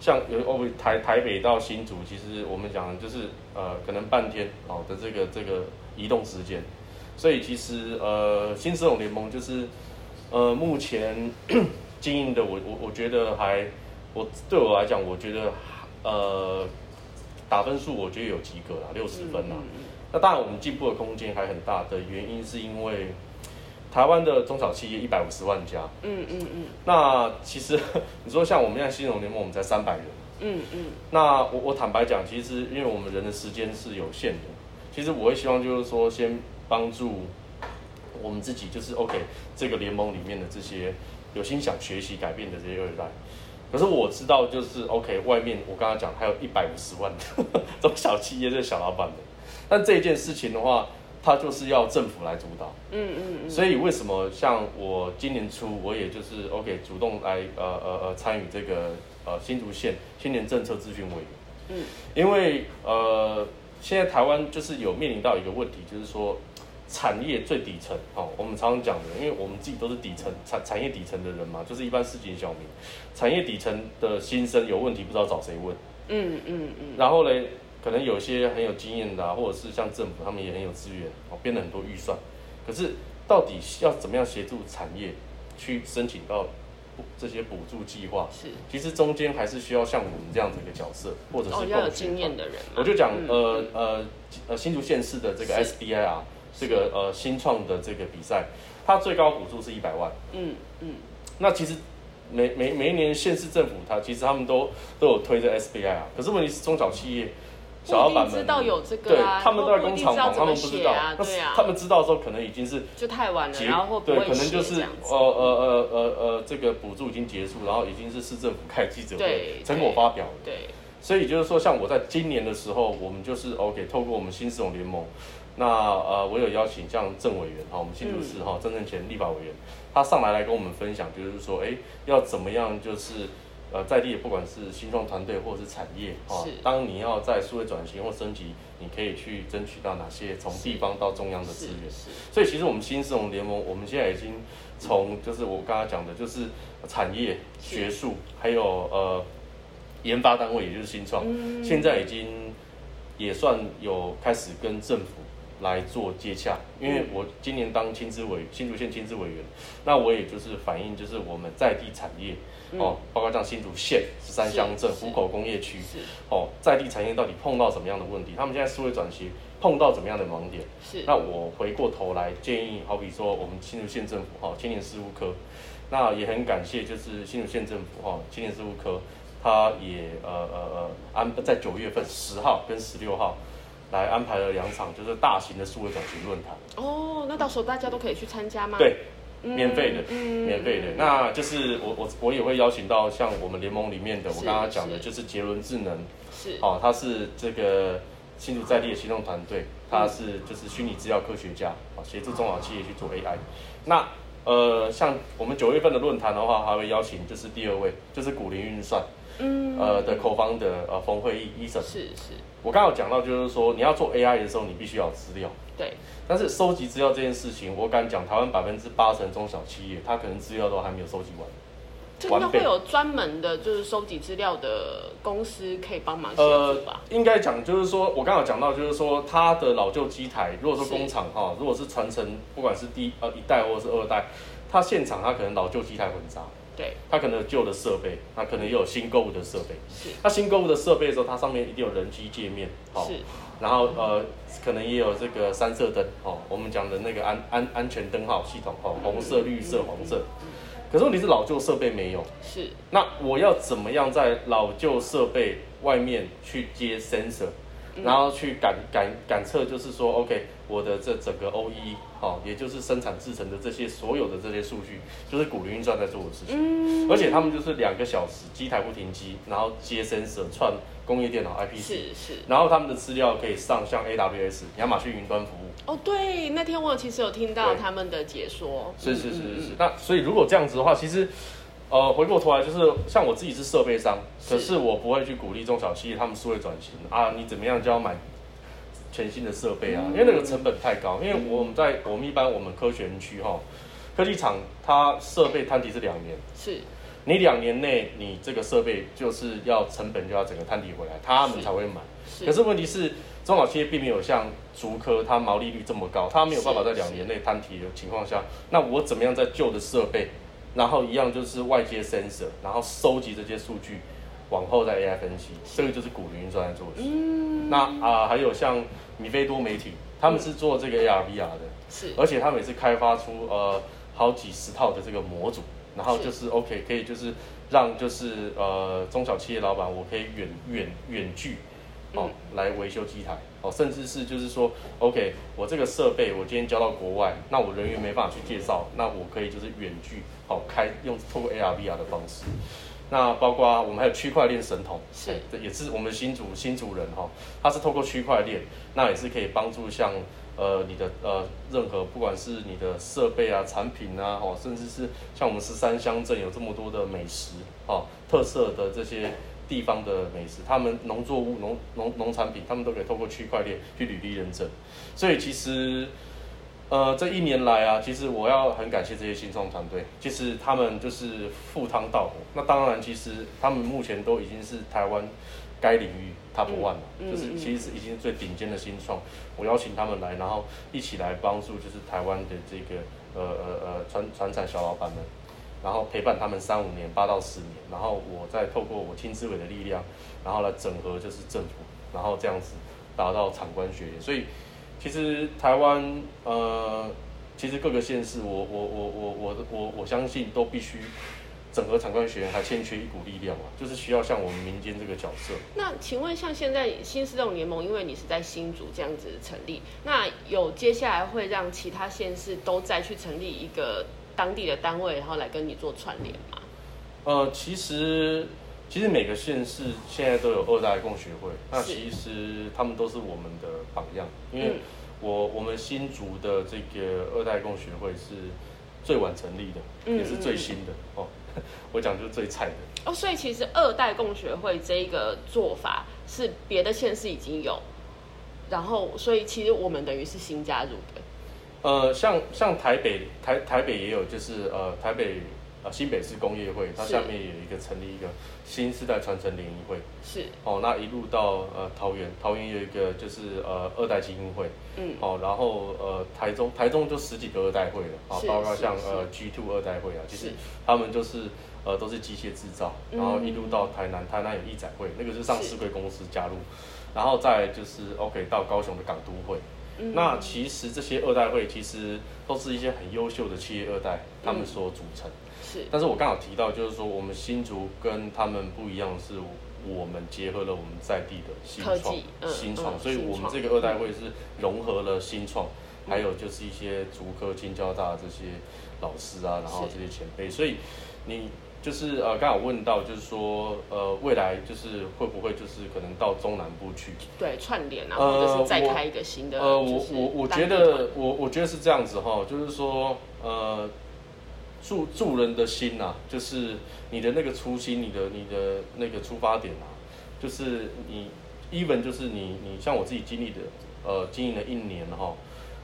[SPEAKER 2] 像有哦不台台北到新竹，其实我们讲的就是呃可能半天哦的这个这个移动时间，所以其实呃新石种联盟就是呃目前 [coughs] 经营的我我我觉得还我对我来讲，我觉得呃打分数我觉得有及格啦，六十分啊啦。
[SPEAKER 1] 嗯嗯嗯
[SPEAKER 2] 那当然，我们进步的空间还很大的原因是因为台湾的中小企业一百五十万家，
[SPEAKER 1] 嗯嗯嗯
[SPEAKER 2] 那其实 [laughs] 你说像我们现在新农联盟，我们才三百人。
[SPEAKER 1] 嗯嗯，
[SPEAKER 2] 那我我坦白讲，其实因为我们人的时间是有限的，其实我会希望就是说，先帮助我们自己，就是 OK 这个联盟里面的这些有心想学习改变的这些二代。可是我知道，就是 OK 外面我刚刚讲还有一百五十万的 [laughs] 中小企业这小老板们，但这一件事情的话，它就是要政府来主导。
[SPEAKER 1] 嗯嗯嗯，
[SPEAKER 2] 所以为什么像我今年初，我也就是 OK 主动来呃呃呃参与这个呃新竹县青年政策咨询委员，
[SPEAKER 1] 嗯，
[SPEAKER 2] 因为呃现在台湾就是有面临到一个问题，就是说产业最底层哦，我们常常讲的，因为我们自己都是底层产产业底层的人嘛，就是一般市井小民，产业底层的新生有问题不知道找谁问，
[SPEAKER 1] 嗯嗯嗯
[SPEAKER 2] 然后嘞，可能有些很有经验的、啊，或者是像政府他们也很有资源，哦，编了很多预算，可是到底要怎么样协助产业去申请到补这些补助计划？
[SPEAKER 1] 是
[SPEAKER 2] 其实中间还是需要像我们这样子一个角色，或者是
[SPEAKER 1] 哦，
[SPEAKER 2] 共
[SPEAKER 1] 要有
[SPEAKER 2] 学
[SPEAKER 1] 经验
[SPEAKER 2] 团
[SPEAKER 1] 的人嘛，
[SPEAKER 2] 嗯我就讲
[SPEAKER 1] 嗯
[SPEAKER 2] 呃呃呃新竹县市的这个
[SPEAKER 1] 是
[SPEAKER 2] SBIR 这个呃新创的这个比赛，它最高补助是一百万。
[SPEAKER 1] 嗯嗯
[SPEAKER 2] 那其实每每每一年县市政府它其实他们都都有推这 SBI 啊，可是问题是中小企业小老板
[SPEAKER 1] 不一
[SPEAKER 2] 们
[SPEAKER 1] 定知道有这
[SPEAKER 2] 对
[SPEAKER 1] 个啊，
[SPEAKER 2] 他们都在工厂
[SPEAKER 1] 然
[SPEAKER 2] 忙，他
[SPEAKER 1] 后
[SPEAKER 2] 们
[SPEAKER 1] 不一定知
[SPEAKER 2] 不知
[SPEAKER 1] 道
[SPEAKER 2] 道，
[SPEAKER 1] 怎么写啊，对
[SPEAKER 2] 那
[SPEAKER 1] 啊，
[SPEAKER 2] 他们知道的时候可能已经是
[SPEAKER 1] 就太晚了，
[SPEAKER 2] 结
[SPEAKER 1] 然后会不
[SPEAKER 2] 对，
[SPEAKER 1] 会
[SPEAKER 2] 可能就
[SPEAKER 1] 写这
[SPEAKER 2] 是
[SPEAKER 1] 样子
[SPEAKER 2] 呃呃呃呃呃这个补助已经结束，然后已经是市政府开记者会
[SPEAKER 1] 对，
[SPEAKER 2] 成果
[SPEAKER 1] 对
[SPEAKER 2] 发表了。
[SPEAKER 1] 对，
[SPEAKER 2] 所以就是说，像我在今年的时候，我们就是 OK，透过我们新四种联盟，那呃，我有邀请像郑委员哈，我们新竹市哈郑正前立法委员，他上来来跟我们分享，就是说，哎、要怎么样，就是呃，在地不管是新创团队或是产业哈
[SPEAKER 1] 是，
[SPEAKER 2] 当你要在数位转型或升级，你可以去争取到哪些从
[SPEAKER 1] 是
[SPEAKER 2] 地方到中央的
[SPEAKER 1] 是
[SPEAKER 2] 资源。
[SPEAKER 1] 是，
[SPEAKER 2] 所以其实我们新四种联盟，我们现在已经从就是我刚刚讲的，就是产业、
[SPEAKER 1] 是
[SPEAKER 2] 学术，还有呃研发单位，也就是新创，
[SPEAKER 1] 嗯
[SPEAKER 2] 现在已经也算有开始跟政府来做接洽。因
[SPEAKER 1] 嗯
[SPEAKER 2] 为我今年当亲资委新竹县亲资委员，那我也就是反映就是我们在地产业、哦，包括像新竹县十三乡镇、
[SPEAKER 1] 嗯是
[SPEAKER 2] 湖口工业区
[SPEAKER 1] 是
[SPEAKER 2] 哦，在地产业到底碰到什么样的问题？他们现在思维转型碰到怎么样的盲点？
[SPEAKER 1] 是
[SPEAKER 2] 那我回过头来建议，好比说我们新竹县政府哈青年事务科，那也很感谢就是新竹县政府哈青年事务科，他也呃呃呃安在九月份十号跟十六号来安排了两场就是大型的数位转型论坛，
[SPEAKER 1] 哦，那到时候大家都可以去参加吗？
[SPEAKER 2] 对，
[SPEAKER 1] 嗯，
[SPEAKER 2] 免费的，
[SPEAKER 1] 嗯
[SPEAKER 2] 免费的。那就是我我我也会邀请到像我们联盟里面的，我
[SPEAKER 1] 是
[SPEAKER 2] 刚刚讲的
[SPEAKER 1] 是
[SPEAKER 2] 就是杰伦智能。
[SPEAKER 1] 是
[SPEAKER 2] 哦，他是这个新竹在地的行动团队，他是就是虚拟资料科学家，哦，协助中小企业去做 AI。那呃，像我们九月份的论坛的话，还会邀请就是第二位，就是古林运算，
[SPEAKER 1] 嗯
[SPEAKER 2] 呃的口方的呃冯慧义医生。
[SPEAKER 1] 是是，
[SPEAKER 2] 我刚刚有讲到，就是说你要做 AI 的时候，你必须要有资料。
[SPEAKER 1] 对，
[SPEAKER 2] 但是收集资料这件事情，我敢讲，台湾百分之八成中小企业，它可能资料都还没有收集完。
[SPEAKER 1] 这个应该
[SPEAKER 2] 完备
[SPEAKER 1] 会有专门的，就是收集资料的公司可以帮忙协
[SPEAKER 2] 呃
[SPEAKER 1] 助吧？，
[SPEAKER 2] 应该讲就是说，我刚刚有讲到，就是说它的老旧机台，如果说
[SPEAKER 1] 是
[SPEAKER 2] 工厂哈、如果是传承，不管是第一呃一代或者是二代，它现场它可能老旧机台混杂，
[SPEAKER 1] 对，
[SPEAKER 2] 它可能有旧的设备，它可能也有新购物的设备。
[SPEAKER 1] 是
[SPEAKER 2] 它新购物的设备的时候，它上面一定有人机界面，好、
[SPEAKER 1] 是
[SPEAKER 2] 然后呃，可能也有这个三色灯哦，我们讲的那个安安安全灯号系统哦，红色、绿
[SPEAKER 1] 嗯
[SPEAKER 2] 色、黄色。可是问题是老旧设备没有，
[SPEAKER 1] 是
[SPEAKER 2] 那我要怎么样在老旧设备外面去接 sensor，、然后去感感感测，就是说 OK，我的这整个 OE 哦，也就是生产制成的这些所有的这些数据，就是古灵运算在做的事情。而且他们就是两个小时机台不停机，然后接 sensor 串工业电脑 IPC。
[SPEAKER 1] 是是。
[SPEAKER 2] 然后他们的资料可以上向 AWS 亚马逊云端服务。
[SPEAKER 1] 哦，对，那天我其实有听到
[SPEAKER 2] 对
[SPEAKER 1] 他们的解说，嗯
[SPEAKER 2] 是是是是是。那所以如果这样子的话，其实呃回过头来就是像我自己是设备商，
[SPEAKER 1] 是
[SPEAKER 2] 可是我不会去鼓励中小企业他们是会转型啊，你怎么样就要买。全新的设备
[SPEAKER 1] 嗯
[SPEAKER 2] 啊，因为那个成本太高。因为我们在我们一般我们科学园区哈，科技厂它设备摊底是两年，
[SPEAKER 1] 嗯是
[SPEAKER 2] 你两年内你这个设备就是要成本就要整个摊底回来，他们才会买。
[SPEAKER 1] 是
[SPEAKER 2] 可是问题是，中小企业并没有像竹科它毛利率这么高，它没有办法在两年内摊提的情况下，那我怎么样在旧的设备，然后一样就是外接 sensor，然后收集这些数据，往后再 AI 分析，这个就是古云运算在做的事。那啊、还有像米菲多媒体，他们是做这个 AR VR 的，
[SPEAKER 1] 是
[SPEAKER 2] 而且他们也是开发出呃好几十套的这个模组，然后就是 OK 可以就是让就是呃中小企业老板我可以远远远距哦、来维修机台哦，甚至是就是说 OK 我这个设备我今天交到国外，那我人员没办法去介绍，那我可以就是远距哦开用透过 AR VR 的方式。那包括我们还有区块链神童，
[SPEAKER 1] 是
[SPEAKER 2] 这也是我们新主新主人哈、他是透过区块链，那也是可以帮助像呃你的呃任何不管是你的设备啊、产品啊，哦，甚至是像我们十三乡镇有这么多的美食哦，特色的这些地方的美食，他们农作物、农农农产品，他们都可以透过区块链去履历认证，所以其实。呃，这一年来啊，其实我要很感谢这些新创团队，其实他们就是赴汤蹈火。那当然，其实他们目前都已经是台湾该领域 top one 了，
[SPEAKER 1] 嗯
[SPEAKER 2] 就是
[SPEAKER 1] 嗯
[SPEAKER 2] 其实是已经是最顶尖的新创。我邀请他们来，然后一起来帮助就是台湾的这个呃呃呃传传产小老板们，然后陪伴他们三五年、八到十年，然后我再透过我亲自委的力量，然后来整合就是政府，然后这样子达到产官学研。所以其实台湾呃，其实各个县市我，我我我我我我相信都必须。整合产官学研还欠缺一股力量啊，就是需要像我们民间这个角色，
[SPEAKER 1] 那请问，像现在新四动联盟，因为你是在新竹这样子成立，那有接下来会让其他县市都再去成立一个当地的单位，然后来跟你做串联吗？
[SPEAKER 2] 呃，其实其实每个县市现在都有二代共学会，那
[SPEAKER 1] 是
[SPEAKER 2] 其实他们都是我们的榜样，
[SPEAKER 1] 嗯
[SPEAKER 2] 因为我我们新竹的这个二代共学会是最晚成立的，
[SPEAKER 1] 嗯
[SPEAKER 2] 也是最新的哦。 [laughs] 我讲就是最菜的，
[SPEAKER 1] 哦，所以其实二代共学会这一个做法是别的县市已经有，然后所以其实我们等于是新加入的。
[SPEAKER 2] 呃，像像台北台台北也有，就是呃台北呃新北市工业会，它
[SPEAKER 1] 是
[SPEAKER 2] 下面有一个成立一个新世代传承联谊会，
[SPEAKER 1] 是，
[SPEAKER 2] 哦，那一路到呃桃园，桃园有一个就是呃二代基金会，
[SPEAKER 1] 嗯，
[SPEAKER 2] 哦，然后呃台中，台中就十几个二代会了啊，
[SPEAKER 1] 是
[SPEAKER 2] 包括
[SPEAKER 1] 是
[SPEAKER 2] 像
[SPEAKER 1] 是
[SPEAKER 2] 呃 G two 二代会啊，其实
[SPEAKER 1] 是嗯
[SPEAKER 2] 他们就是呃都是机械制造，然后一路到台南，台南有义展会，那个是上
[SPEAKER 1] 是
[SPEAKER 2] 市贵公司加入，然后再来就是 OK 到高雄的港都会。
[SPEAKER 1] 嗯
[SPEAKER 2] 那其实这些二代会其实都是一些很优秀的企业二代，他们所组成。
[SPEAKER 1] 是
[SPEAKER 2] 但是我刚好提到，就是说我们新竹跟他们不一样的是，我们结合了我们在地的新
[SPEAKER 1] 科
[SPEAKER 2] 创
[SPEAKER 1] 技、嗯
[SPEAKER 2] 新创，
[SPEAKER 1] 嗯
[SPEAKER 2] 所以我
[SPEAKER 1] 新
[SPEAKER 2] 们
[SPEAKER 1] 创嗯
[SPEAKER 2] 这个二代会是融合了新创，还有就是一些竹科、金交大这些老师啊，然后
[SPEAKER 1] 是
[SPEAKER 2] 这些前辈，所以你。就是呃，刚好问到，就是说呃，未来就是会不会就是可能到中南部去？
[SPEAKER 1] 对串联啊，
[SPEAKER 2] 呃
[SPEAKER 1] 或者是再
[SPEAKER 2] 我
[SPEAKER 1] 开一个新的，
[SPEAKER 2] 呃，我
[SPEAKER 1] 就是
[SPEAKER 2] 我我
[SPEAKER 1] 当
[SPEAKER 2] 觉
[SPEAKER 1] 地团
[SPEAKER 2] 得我我觉得是这样子哈，就是说呃，助助人的心呐、就是你的那个初心，你的你的那个出发点啊，就是你 even 就是你你像我自己经历的呃经营了一年哈，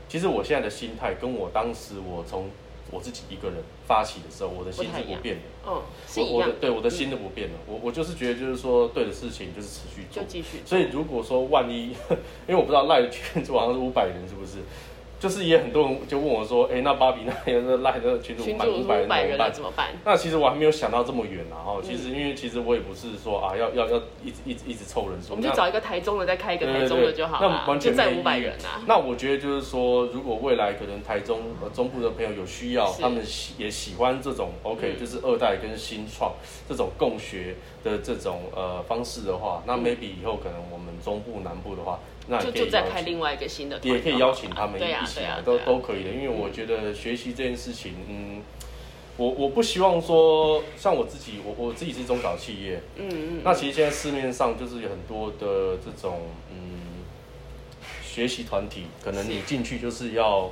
[SPEAKER 2] 其实我现在的心态跟我当时我从我自己一个人发起的时候，我的心
[SPEAKER 1] 不太
[SPEAKER 2] 是
[SPEAKER 1] 一
[SPEAKER 2] 不
[SPEAKER 1] 样
[SPEAKER 2] 变的。
[SPEAKER 1] 嗯是
[SPEAKER 2] 我
[SPEAKER 1] 一
[SPEAKER 2] 我
[SPEAKER 1] 样嗯
[SPEAKER 2] 的，对我的心都不变了，我我就是觉得就是说对的事情就是持续做
[SPEAKER 1] 就，继续
[SPEAKER 2] [laughs] 所以如果说万一，因为我不知道赖的圈子网上是五百人是不是，就是也很多人就问我说，哎、那芭比那有那赖的群主
[SPEAKER 1] 群
[SPEAKER 2] 满
[SPEAKER 1] 主
[SPEAKER 2] 五
[SPEAKER 1] 五
[SPEAKER 2] 百人
[SPEAKER 1] 百
[SPEAKER 2] 怎么
[SPEAKER 1] 人
[SPEAKER 2] 办
[SPEAKER 1] 了？怎么办？嗯
[SPEAKER 2] 那其实我还没有想到这么远啊，然后其实因为其实我也不是说啊要要要一直一直一直凑人数，
[SPEAKER 1] 我们就
[SPEAKER 2] 那
[SPEAKER 1] 找一个台中的，再开一个
[SPEAKER 2] 对
[SPEAKER 1] 台
[SPEAKER 2] 对
[SPEAKER 1] 中
[SPEAKER 2] 对
[SPEAKER 1] 的就好
[SPEAKER 2] 那
[SPEAKER 1] 了，
[SPEAKER 2] 完全
[SPEAKER 1] 就在
[SPEAKER 2] 没
[SPEAKER 1] 五百
[SPEAKER 2] 意义
[SPEAKER 1] 人啊。
[SPEAKER 2] 那我觉得就是说，如果未来可能台中呃中部的朋友有需要，
[SPEAKER 1] 是
[SPEAKER 2] 他们喜也喜欢这种 OK，、
[SPEAKER 1] 嗯
[SPEAKER 2] 就是二代跟新创这种共学的这种呃方式的话，那
[SPEAKER 1] 嗯
[SPEAKER 2] maybe 以后可能我们中部南部的话，那
[SPEAKER 1] 就
[SPEAKER 2] 也可
[SPEAKER 1] 就
[SPEAKER 2] 以
[SPEAKER 1] 再
[SPEAKER 2] 邀
[SPEAKER 1] 开
[SPEAKER 2] 请
[SPEAKER 1] 另外一个新的团，
[SPEAKER 2] 也可以邀请他们
[SPEAKER 1] 对啊
[SPEAKER 2] 一起
[SPEAKER 1] 对啊
[SPEAKER 2] 来，
[SPEAKER 1] 对
[SPEAKER 2] 都
[SPEAKER 1] 啊
[SPEAKER 2] 都可以的。因为我觉得学习这件事情，嗯，我我不希望说像我自己，我我自己是中小企业，
[SPEAKER 1] 嗯嗯，
[SPEAKER 2] 那其实现在市面上就是有很多的这种嗯学习团体，可能你进去就是要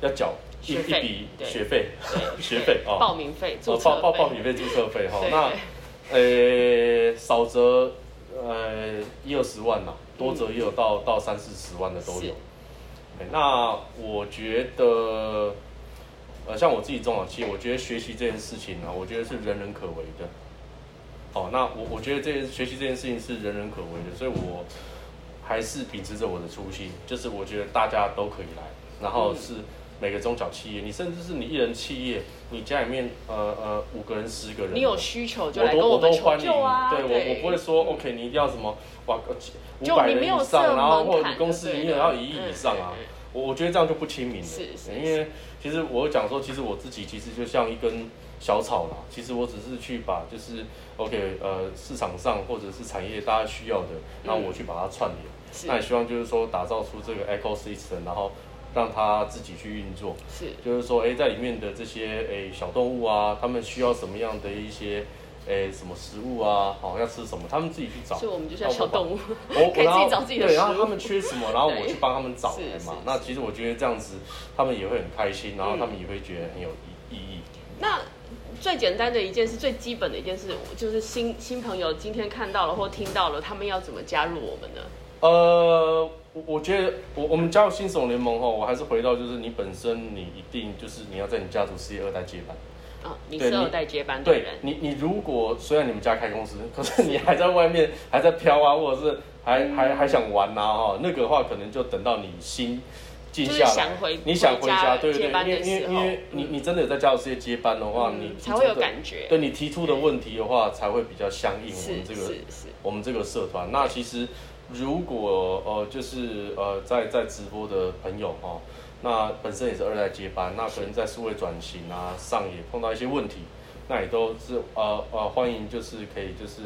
[SPEAKER 2] 要缴一
[SPEAKER 1] 学
[SPEAKER 2] 一
[SPEAKER 1] 费
[SPEAKER 2] 笔
[SPEAKER 1] 对
[SPEAKER 2] 学费，
[SPEAKER 1] 对
[SPEAKER 2] [laughs] 学费
[SPEAKER 1] 对
[SPEAKER 2] 哦
[SPEAKER 1] 报名费、注
[SPEAKER 2] 哦
[SPEAKER 1] 册
[SPEAKER 2] 报报
[SPEAKER 1] 费
[SPEAKER 2] 报名费、注册费哈哦
[SPEAKER 1] 对，
[SPEAKER 2] 那
[SPEAKER 1] 对
[SPEAKER 2] 呃少则呃一二十万呐、多则也有到、到三四十万的都
[SPEAKER 1] 嗯是
[SPEAKER 2] 有。对那我觉得，呃，像我自己中小企业，我觉得学习这件事情呢、我觉得是人人可为的。哦，那我我觉得这件学习这件事情是人人可为的，所以我还是秉持着我的初心，就是我觉得大家都可以来，然后
[SPEAKER 1] 嗯
[SPEAKER 2] 是每个中小企业，你甚至是你一人企业，你家里面呃呃五个人、十个人，
[SPEAKER 1] 你有需求就
[SPEAKER 2] 我
[SPEAKER 1] 来
[SPEAKER 2] 都
[SPEAKER 1] 跟
[SPEAKER 2] 我
[SPEAKER 1] 们
[SPEAKER 2] 都
[SPEAKER 1] 求
[SPEAKER 2] 欢迎，
[SPEAKER 1] 救啊！
[SPEAKER 2] 对我我不会说 OK，你一定要什么哇呃
[SPEAKER 1] 就
[SPEAKER 2] 五百
[SPEAKER 1] 你没
[SPEAKER 2] 人
[SPEAKER 1] 有
[SPEAKER 2] 以
[SPEAKER 1] 设
[SPEAKER 2] 上，然后
[SPEAKER 1] 门
[SPEAKER 2] 或者
[SPEAKER 1] 槛
[SPEAKER 2] 你公司
[SPEAKER 1] 就对
[SPEAKER 2] 营业额
[SPEAKER 1] 了
[SPEAKER 2] 要一亿以上啊
[SPEAKER 1] 嗯嗯嗯，
[SPEAKER 2] 我我觉得这样就不亲民了。
[SPEAKER 1] 是是
[SPEAKER 2] 因为其实我讲说，其实我自己其实就像一根小草啦，其实我只是去把就是 OK 呃市场上或者是产业大家需要的，然后我去把它串联。
[SPEAKER 1] 嗯是
[SPEAKER 2] 那也希望就是说打造出这个 ecosystem，然后让它自己去运作。
[SPEAKER 1] 是
[SPEAKER 2] 就是说，哎、在里面的这些哎、小动物啊，它们需要什么样的一些哎、什么食物啊，好、要吃什么，他们自己去找。
[SPEAKER 1] 所以我们就像小动物，
[SPEAKER 2] 我哦
[SPEAKER 1] 可以
[SPEAKER 2] 然后
[SPEAKER 1] 自己找自己的
[SPEAKER 2] 对，
[SPEAKER 1] 食
[SPEAKER 2] 然后
[SPEAKER 1] 物
[SPEAKER 2] 他们缺什么，然后我
[SPEAKER 1] 对
[SPEAKER 2] 去帮他们找
[SPEAKER 1] 是
[SPEAKER 2] 来
[SPEAKER 1] 是
[SPEAKER 2] 嘛
[SPEAKER 1] 是。
[SPEAKER 2] 那其实我觉得这样子，他们也会很开心，然后
[SPEAKER 1] 嗯
[SPEAKER 2] 他们也会觉得很有意意义。
[SPEAKER 1] [laughs] 那最简单的一件事，最基本的一件事，就是新新朋友今天看到了或听到了，他们要怎么加入我们呢？
[SPEAKER 2] 呃，我我觉得我我们加入新手联盟后，我还是回到就是你本身，你一定就是你要在你家族事业二代接班。
[SPEAKER 1] 啊，你
[SPEAKER 2] 对
[SPEAKER 1] 是
[SPEAKER 2] 你
[SPEAKER 1] 二代接班的
[SPEAKER 2] 对
[SPEAKER 1] 人，
[SPEAKER 2] 你，你如果虽然你们家开公司，可是你还在外面还在飘啊，或者是还
[SPEAKER 1] 嗯
[SPEAKER 2] 还还想玩呐、啊、哈，那个的话可能就等到你心静
[SPEAKER 1] 就是
[SPEAKER 2] 下来，
[SPEAKER 1] 想回
[SPEAKER 2] 你想回家，
[SPEAKER 1] 回家
[SPEAKER 2] 对
[SPEAKER 1] 接
[SPEAKER 2] 对
[SPEAKER 1] 班
[SPEAKER 2] 对，
[SPEAKER 1] 的
[SPEAKER 2] 因为
[SPEAKER 1] 时
[SPEAKER 2] 因为
[SPEAKER 1] 候
[SPEAKER 2] 因为你
[SPEAKER 1] 嗯
[SPEAKER 2] 你真的有在家族事业接班的话，
[SPEAKER 1] 嗯
[SPEAKER 2] 你
[SPEAKER 1] 才会有
[SPEAKER 2] 提出的
[SPEAKER 1] 感觉
[SPEAKER 2] 对你提出的问题的话，才会比较相应我
[SPEAKER 1] 是
[SPEAKER 2] 们这个
[SPEAKER 1] 是是，
[SPEAKER 2] 我们这个社团。那其实如果呃就是呃在在直播的朋友哦，那本身也是二代接班，那可能在数位转型啊上也碰到一些问题，那也都是呃呃欢迎就是可以就是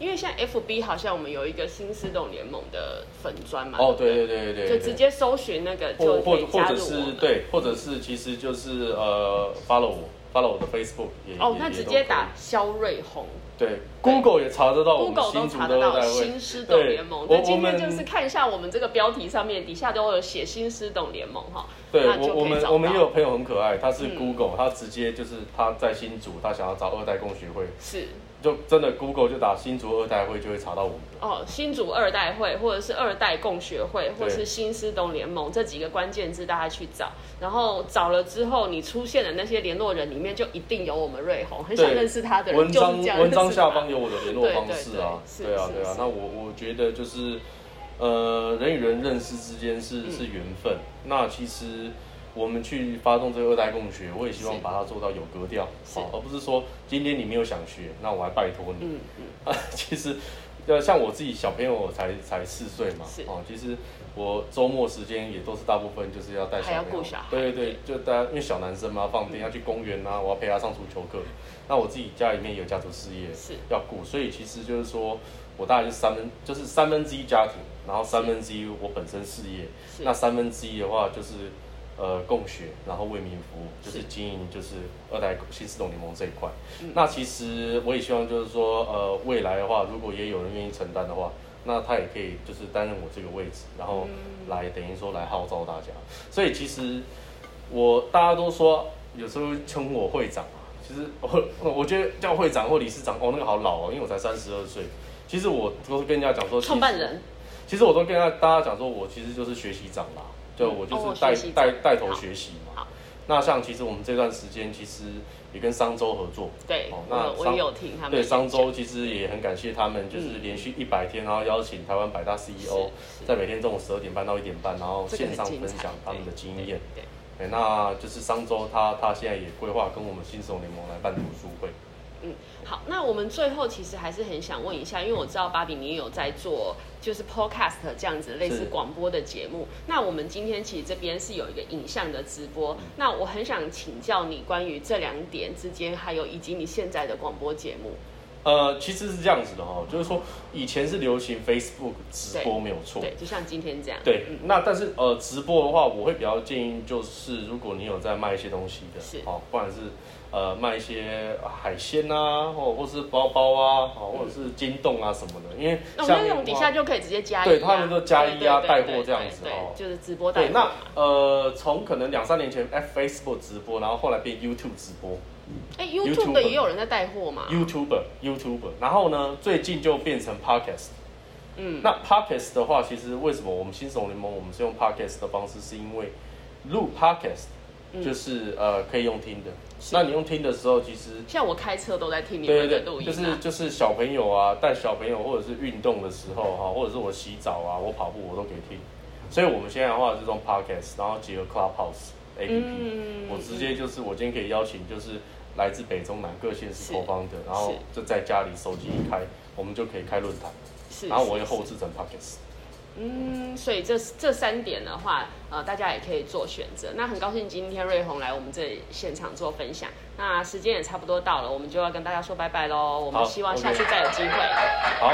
[SPEAKER 1] 因为像 FB 好像我们有一个新思动联盟的粉砖嘛，
[SPEAKER 2] 哦
[SPEAKER 1] 对
[SPEAKER 2] 对对对对
[SPEAKER 1] 不
[SPEAKER 2] 对，
[SPEAKER 1] 对，就直接搜寻那个
[SPEAKER 2] 或
[SPEAKER 1] 就可
[SPEAKER 2] 或
[SPEAKER 1] 以
[SPEAKER 2] 或
[SPEAKER 1] 加
[SPEAKER 2] 者
[SPEAKER 1] 入我
[SPEAKER 2] 是
[SPEAKER 1] 们。
[SPEAKER 2] 对，或者是其实就是呃 follow 我 follow 我的 Facebook 也
[SPEAKER 1] 哦
[SPEAKER 2] 也，
[SPEAKER 1] 那
[SPEAKER 2] 也
[SPEAKER 1] 直
[SPEAKER 2] 都
[SPEAKER 1] 接
[SPEAKER 2] 可以
[SPEAKER 1] 打肖瑞红
[SPEAKER 2] 对 Google 也查得到我们
[SPEAKER 1] ，Google 都
[SPEAKER 2] 新竹
[SPEAKER 1] 查
[SPEAKER 2] 的
[SPEAKER 1] 得
[SPEAKER 2] 二
[SPEAKER 1] 到
[SPEAKER 2] 代
[SPEAKER 1] 新
[SPEAKER 2] 会。
[SPEAKER 1] 师董联盟。
[SPEAKER 2] 对
[SPEAKER 1] 那今天
[SPEAKER 2] 我我们
[SPEAKER 1] 就是看一下我们这个标题上面底下都有写新师董联盟哈，
[SPEAKER 2] 对
[SPEAKER 1] 那就
[SPEAKER 2] 我，我
[SPEAKER 1] 可以
[SPEAKER 2] 们
[SPEAKER 1] 找
[SPEAKER 2] 我们
[SPEAKER 1] 到
[SPEAKER 2] 也有朋友很可爱，他是
[SPEAKER 1] 嗯
[SPEAKER 2] Google，、他直接就是他在新竹，他想要找二代共学会，
[SPEAKER 1] 是
[SPEAKER 2] 就真的 Google 就打新竹二代会就会查到我们的。
[SPEAKER 1] 哦，新竹二代会，或者是二代共学会，或
[SPEAKER 2] 对
[SPEAKER 1] 是新思东联盟这几个关键字，大家去找。然后找了之后，你出现的那些联络人里面，就一定有我们瑞红。很想
[SPEAKER 2] 对
[SPEAKER 1] 认识他的人，
[SPEAKER 2] 文章
[SPEAKER 1] 就是这样
[SPEAKER 2] 文章下方
[SPEAKER 1] 有
[SPEAKER 2] 有我的联络方式啊，
[SPEAKER 1] 对对对
[SPEAKER 2] 啊
[SPEAKER 1] 是
[SPEAKER 2] 对啊
[SPEAKER 1] 是。
[SPEAKER 2] 那我我觉得就是，呃，人与人认识之间是
[SPEAKER 1] 嗯
[SPEAKER 2] 是缘分。那其实我们去发动这个二代共学，我也希望
[SPEAKER 1] 是
[SPEAKER 2] 把它做到有格调，
[SPEAKER 1] 是
[SPEAKER 2] 好，而不是说今天你没有想学，那我还拜托你。
[SPEAKER 1] 嗯嗯，
[SPEAKER 2] 啊， [laughs] 其实，呃，像我自己小朋友我才才四岁嘛
[SPEAKER 1] 是，
[SPEAKER 2] 哦，其实我周末时间也都是大部分就是要带小
[SPEAKER 1] 还要
[SPEAKER 2] 朋友
[SPEAKER 1] 顾小孩，嗯
[SPEAKER 2] 对对对，就大家因为小男生嘛，放电要去公园啊，我要陪他上足球课，那我自己家里面也有家族事业
[SPEAKER 1] 是
[SPEAKER 2] 要顾，所以其实就是说我大概就三分，就是三分之一家庭，然后三分之一我本身事业，
[SPEAKER 1] 是
[SPEAKER 2] 那三分之一的话就是。呃，共学，然后为民服务，就是
[SPEAKER 1] 是
[SPEAKER 2] 经营，就是二代新四种联盟这一块。
[SPEAKER 1] 嗯
[SPEAKER 2] 那其实我也希望就是说，呃，未来的话，如果也有人愿意承担的话，那他也可以就是担任我这个位置，然后
[SPEAKER 1] 嗯
[SPEAKER 2] 来等于说来号召大家。所以其实我大家都说，啊有时候称我会长啊，其实我我 [laughs] 觉得叫会长或理事长，哦，那个好老哦，因为我才三十二岁。其实我都是跟人家讲说，
[SPEAKER 1] 创办人
[SPEAKER 2] 其实我都跟大家讲说，我其实就是学习长啦，就我就
[SPEAKER 1] 哦
[SPEAKER 2] 是带
[SPEAKER 1] 学习长
[SPEAKER 2] 带带头学习嘛
[SPEAKER 1] 好。
[SPEAKER 2] 那像其实我们这段时间其实也跟商周合作，
[SPEAKER 1] 对，
[SPEAKER 2] 哦那
[SPEAKER 1] 我我
[SPEAKER 2] 商
[SPEAKER 1] 也有听他们
[SPEAKER 2] 对商周
[SPEAKER 1] 讲嗯
[SPEAKER 2] 其实也很感谢他们，就是连续一百天，然后邀请台湾百大 CEO
[SPEAKER 1] 是
[SPEAKER 2] 在每天中午十二点半到一点半，然后
[SPEAKER 1] 这个
[SPEAKER 2] 线
[SPEAKER 1] 很
[SPEAKER 2] 上
[SPEAKER 1] 精
[SPEAKER 2] 分
[SPEAKER 1] 彩
[SPEAKER 2] 享他们的
[SPEAKER 1] 对
[SPEAKER 2] 经验。
[SPEAKER 1] 对，
[SPEAKER 2] 对，那就是商周他他现在也规划跟我们新手联盟来办读书会。
[SPEAKER 1] 好，那我们最后其实还是很想问一下，因为我知道芭比你也有在做就是 podcast 这样子类似
[SPEAKER 2] 是
[SPEAKER 1] 广播的节目。那我们今天其实这边是有一个影像的直
[SPEAKER 2] 嗯
[SPEAKER 1] 播，那我很想请教你关于这两点之间，还有以及你现在的广播节目。
[SPEAKER 2] 呃，其实是这样子的哦，就是说以前是流行 Facebook 直播没有错，
[SPEAKER 1] 对，就像今天这样。
[SPEAKER 2] 哦对
[SPEAKER 1] 嗯，，
[SPEAKER 2] 那但是呃，直播的话，我会比较建议就是，如果你有在卖一些东西的，
[SPEAKER 1] 是
[SPEAKER 2] 哦，不管是呃卖一些海鲜啊，或或是包包啊，哦，或者是金洞啊什么的，因为
[SPEAKER 1] 那我
[SPEAKER 2] 像
[SPEAKER 1] 们那种
[SPEAKER 2] 莲
[SPEAKER 1] 底
[SPEAKER 2] 花
[SPEAKER 1] 下就可以直接加一、啊，
[SPEAKER 2] 对他们都加一
[SPEAKER 1] 对
[SPEAKER 2] 啊
[SPEAKER 1] 对对
[SPEAKER 2] 带货
[SPEAKER 1] 对
[SPEAKER 2] 这样子
[SPEAKER 1] 对对
[SPEAKER 2] 哦
[SPEAKER 1] 就是直播带货，。
[SPEAKER 2] 对那呃，从可能两三年前 F Facebook 直播，然后后来变 YouTube 直播
[SPEAKER 1] 哎，YouTube 的也有人在带货嘛？
[SPEAKER 2] ，YouTuber YouTuber，然后呢，最近就变成 Podcast。
[SPEAKER 1] 嗯，
[SPEAKER 2] 那 podcast 的话，其实为什么我们新手联盟我们是用 podcast 的方式，是因为录 podcast
[SPEAKER 1] 嗯
[SPEAKER 2] 就是、呃可以用听的。
[SPEAKER 1] 是
[SPEAKER 2] 那你用听的时候，其实
[SPEAKER 1] 像我开车都在听你
[SPEAKER 2] 对
[SPEAKER 1] 们的
[SPEAKER 2] 对
[SPEAKER 1] 录
[SPEAKER 2] 对，
[SPEAKER 1] 音、啊，
[SPEAKER 2] 就是就是小朋友啊，带小朋友或者是运动的时候哈、或者是我洗澡啊，我跑步我都可以听。所以我们现在的话就是用 podcast，然后结合 Clubhouse APP，、
[SPEAKER 1] 嗯
[SPEAKER 2] 我直接就是我今天可以邀请就是来自北中南各县市
[SPEAKER 1] 是
[SPEAKER 2] 投放的，然后就在家里手机一开，我们就可以开论坛，
[SPEAKER 1] 是，
[SPEAKER 2] 然后我
[SPEAKER 1] 是
[SPEAKER 2] 也后
[SPEAKER 1] 是
[SPEAKER 2] 置成 podcast。
[SPEAKER 1] 嗯，所以这这三点的话，呃，大家也可以做选择。那很高兴今天瑞红来我们这里现场做分享，那时间也差不多到了，我们就要跟大家说拜拜喽。我们
[SPEAKER 2] 好
[SPEAKER 1] 希望
[SPEAKER 2] OK
[SPEAKER 1] 下次再有机会。
[SPEAKER 2] 好。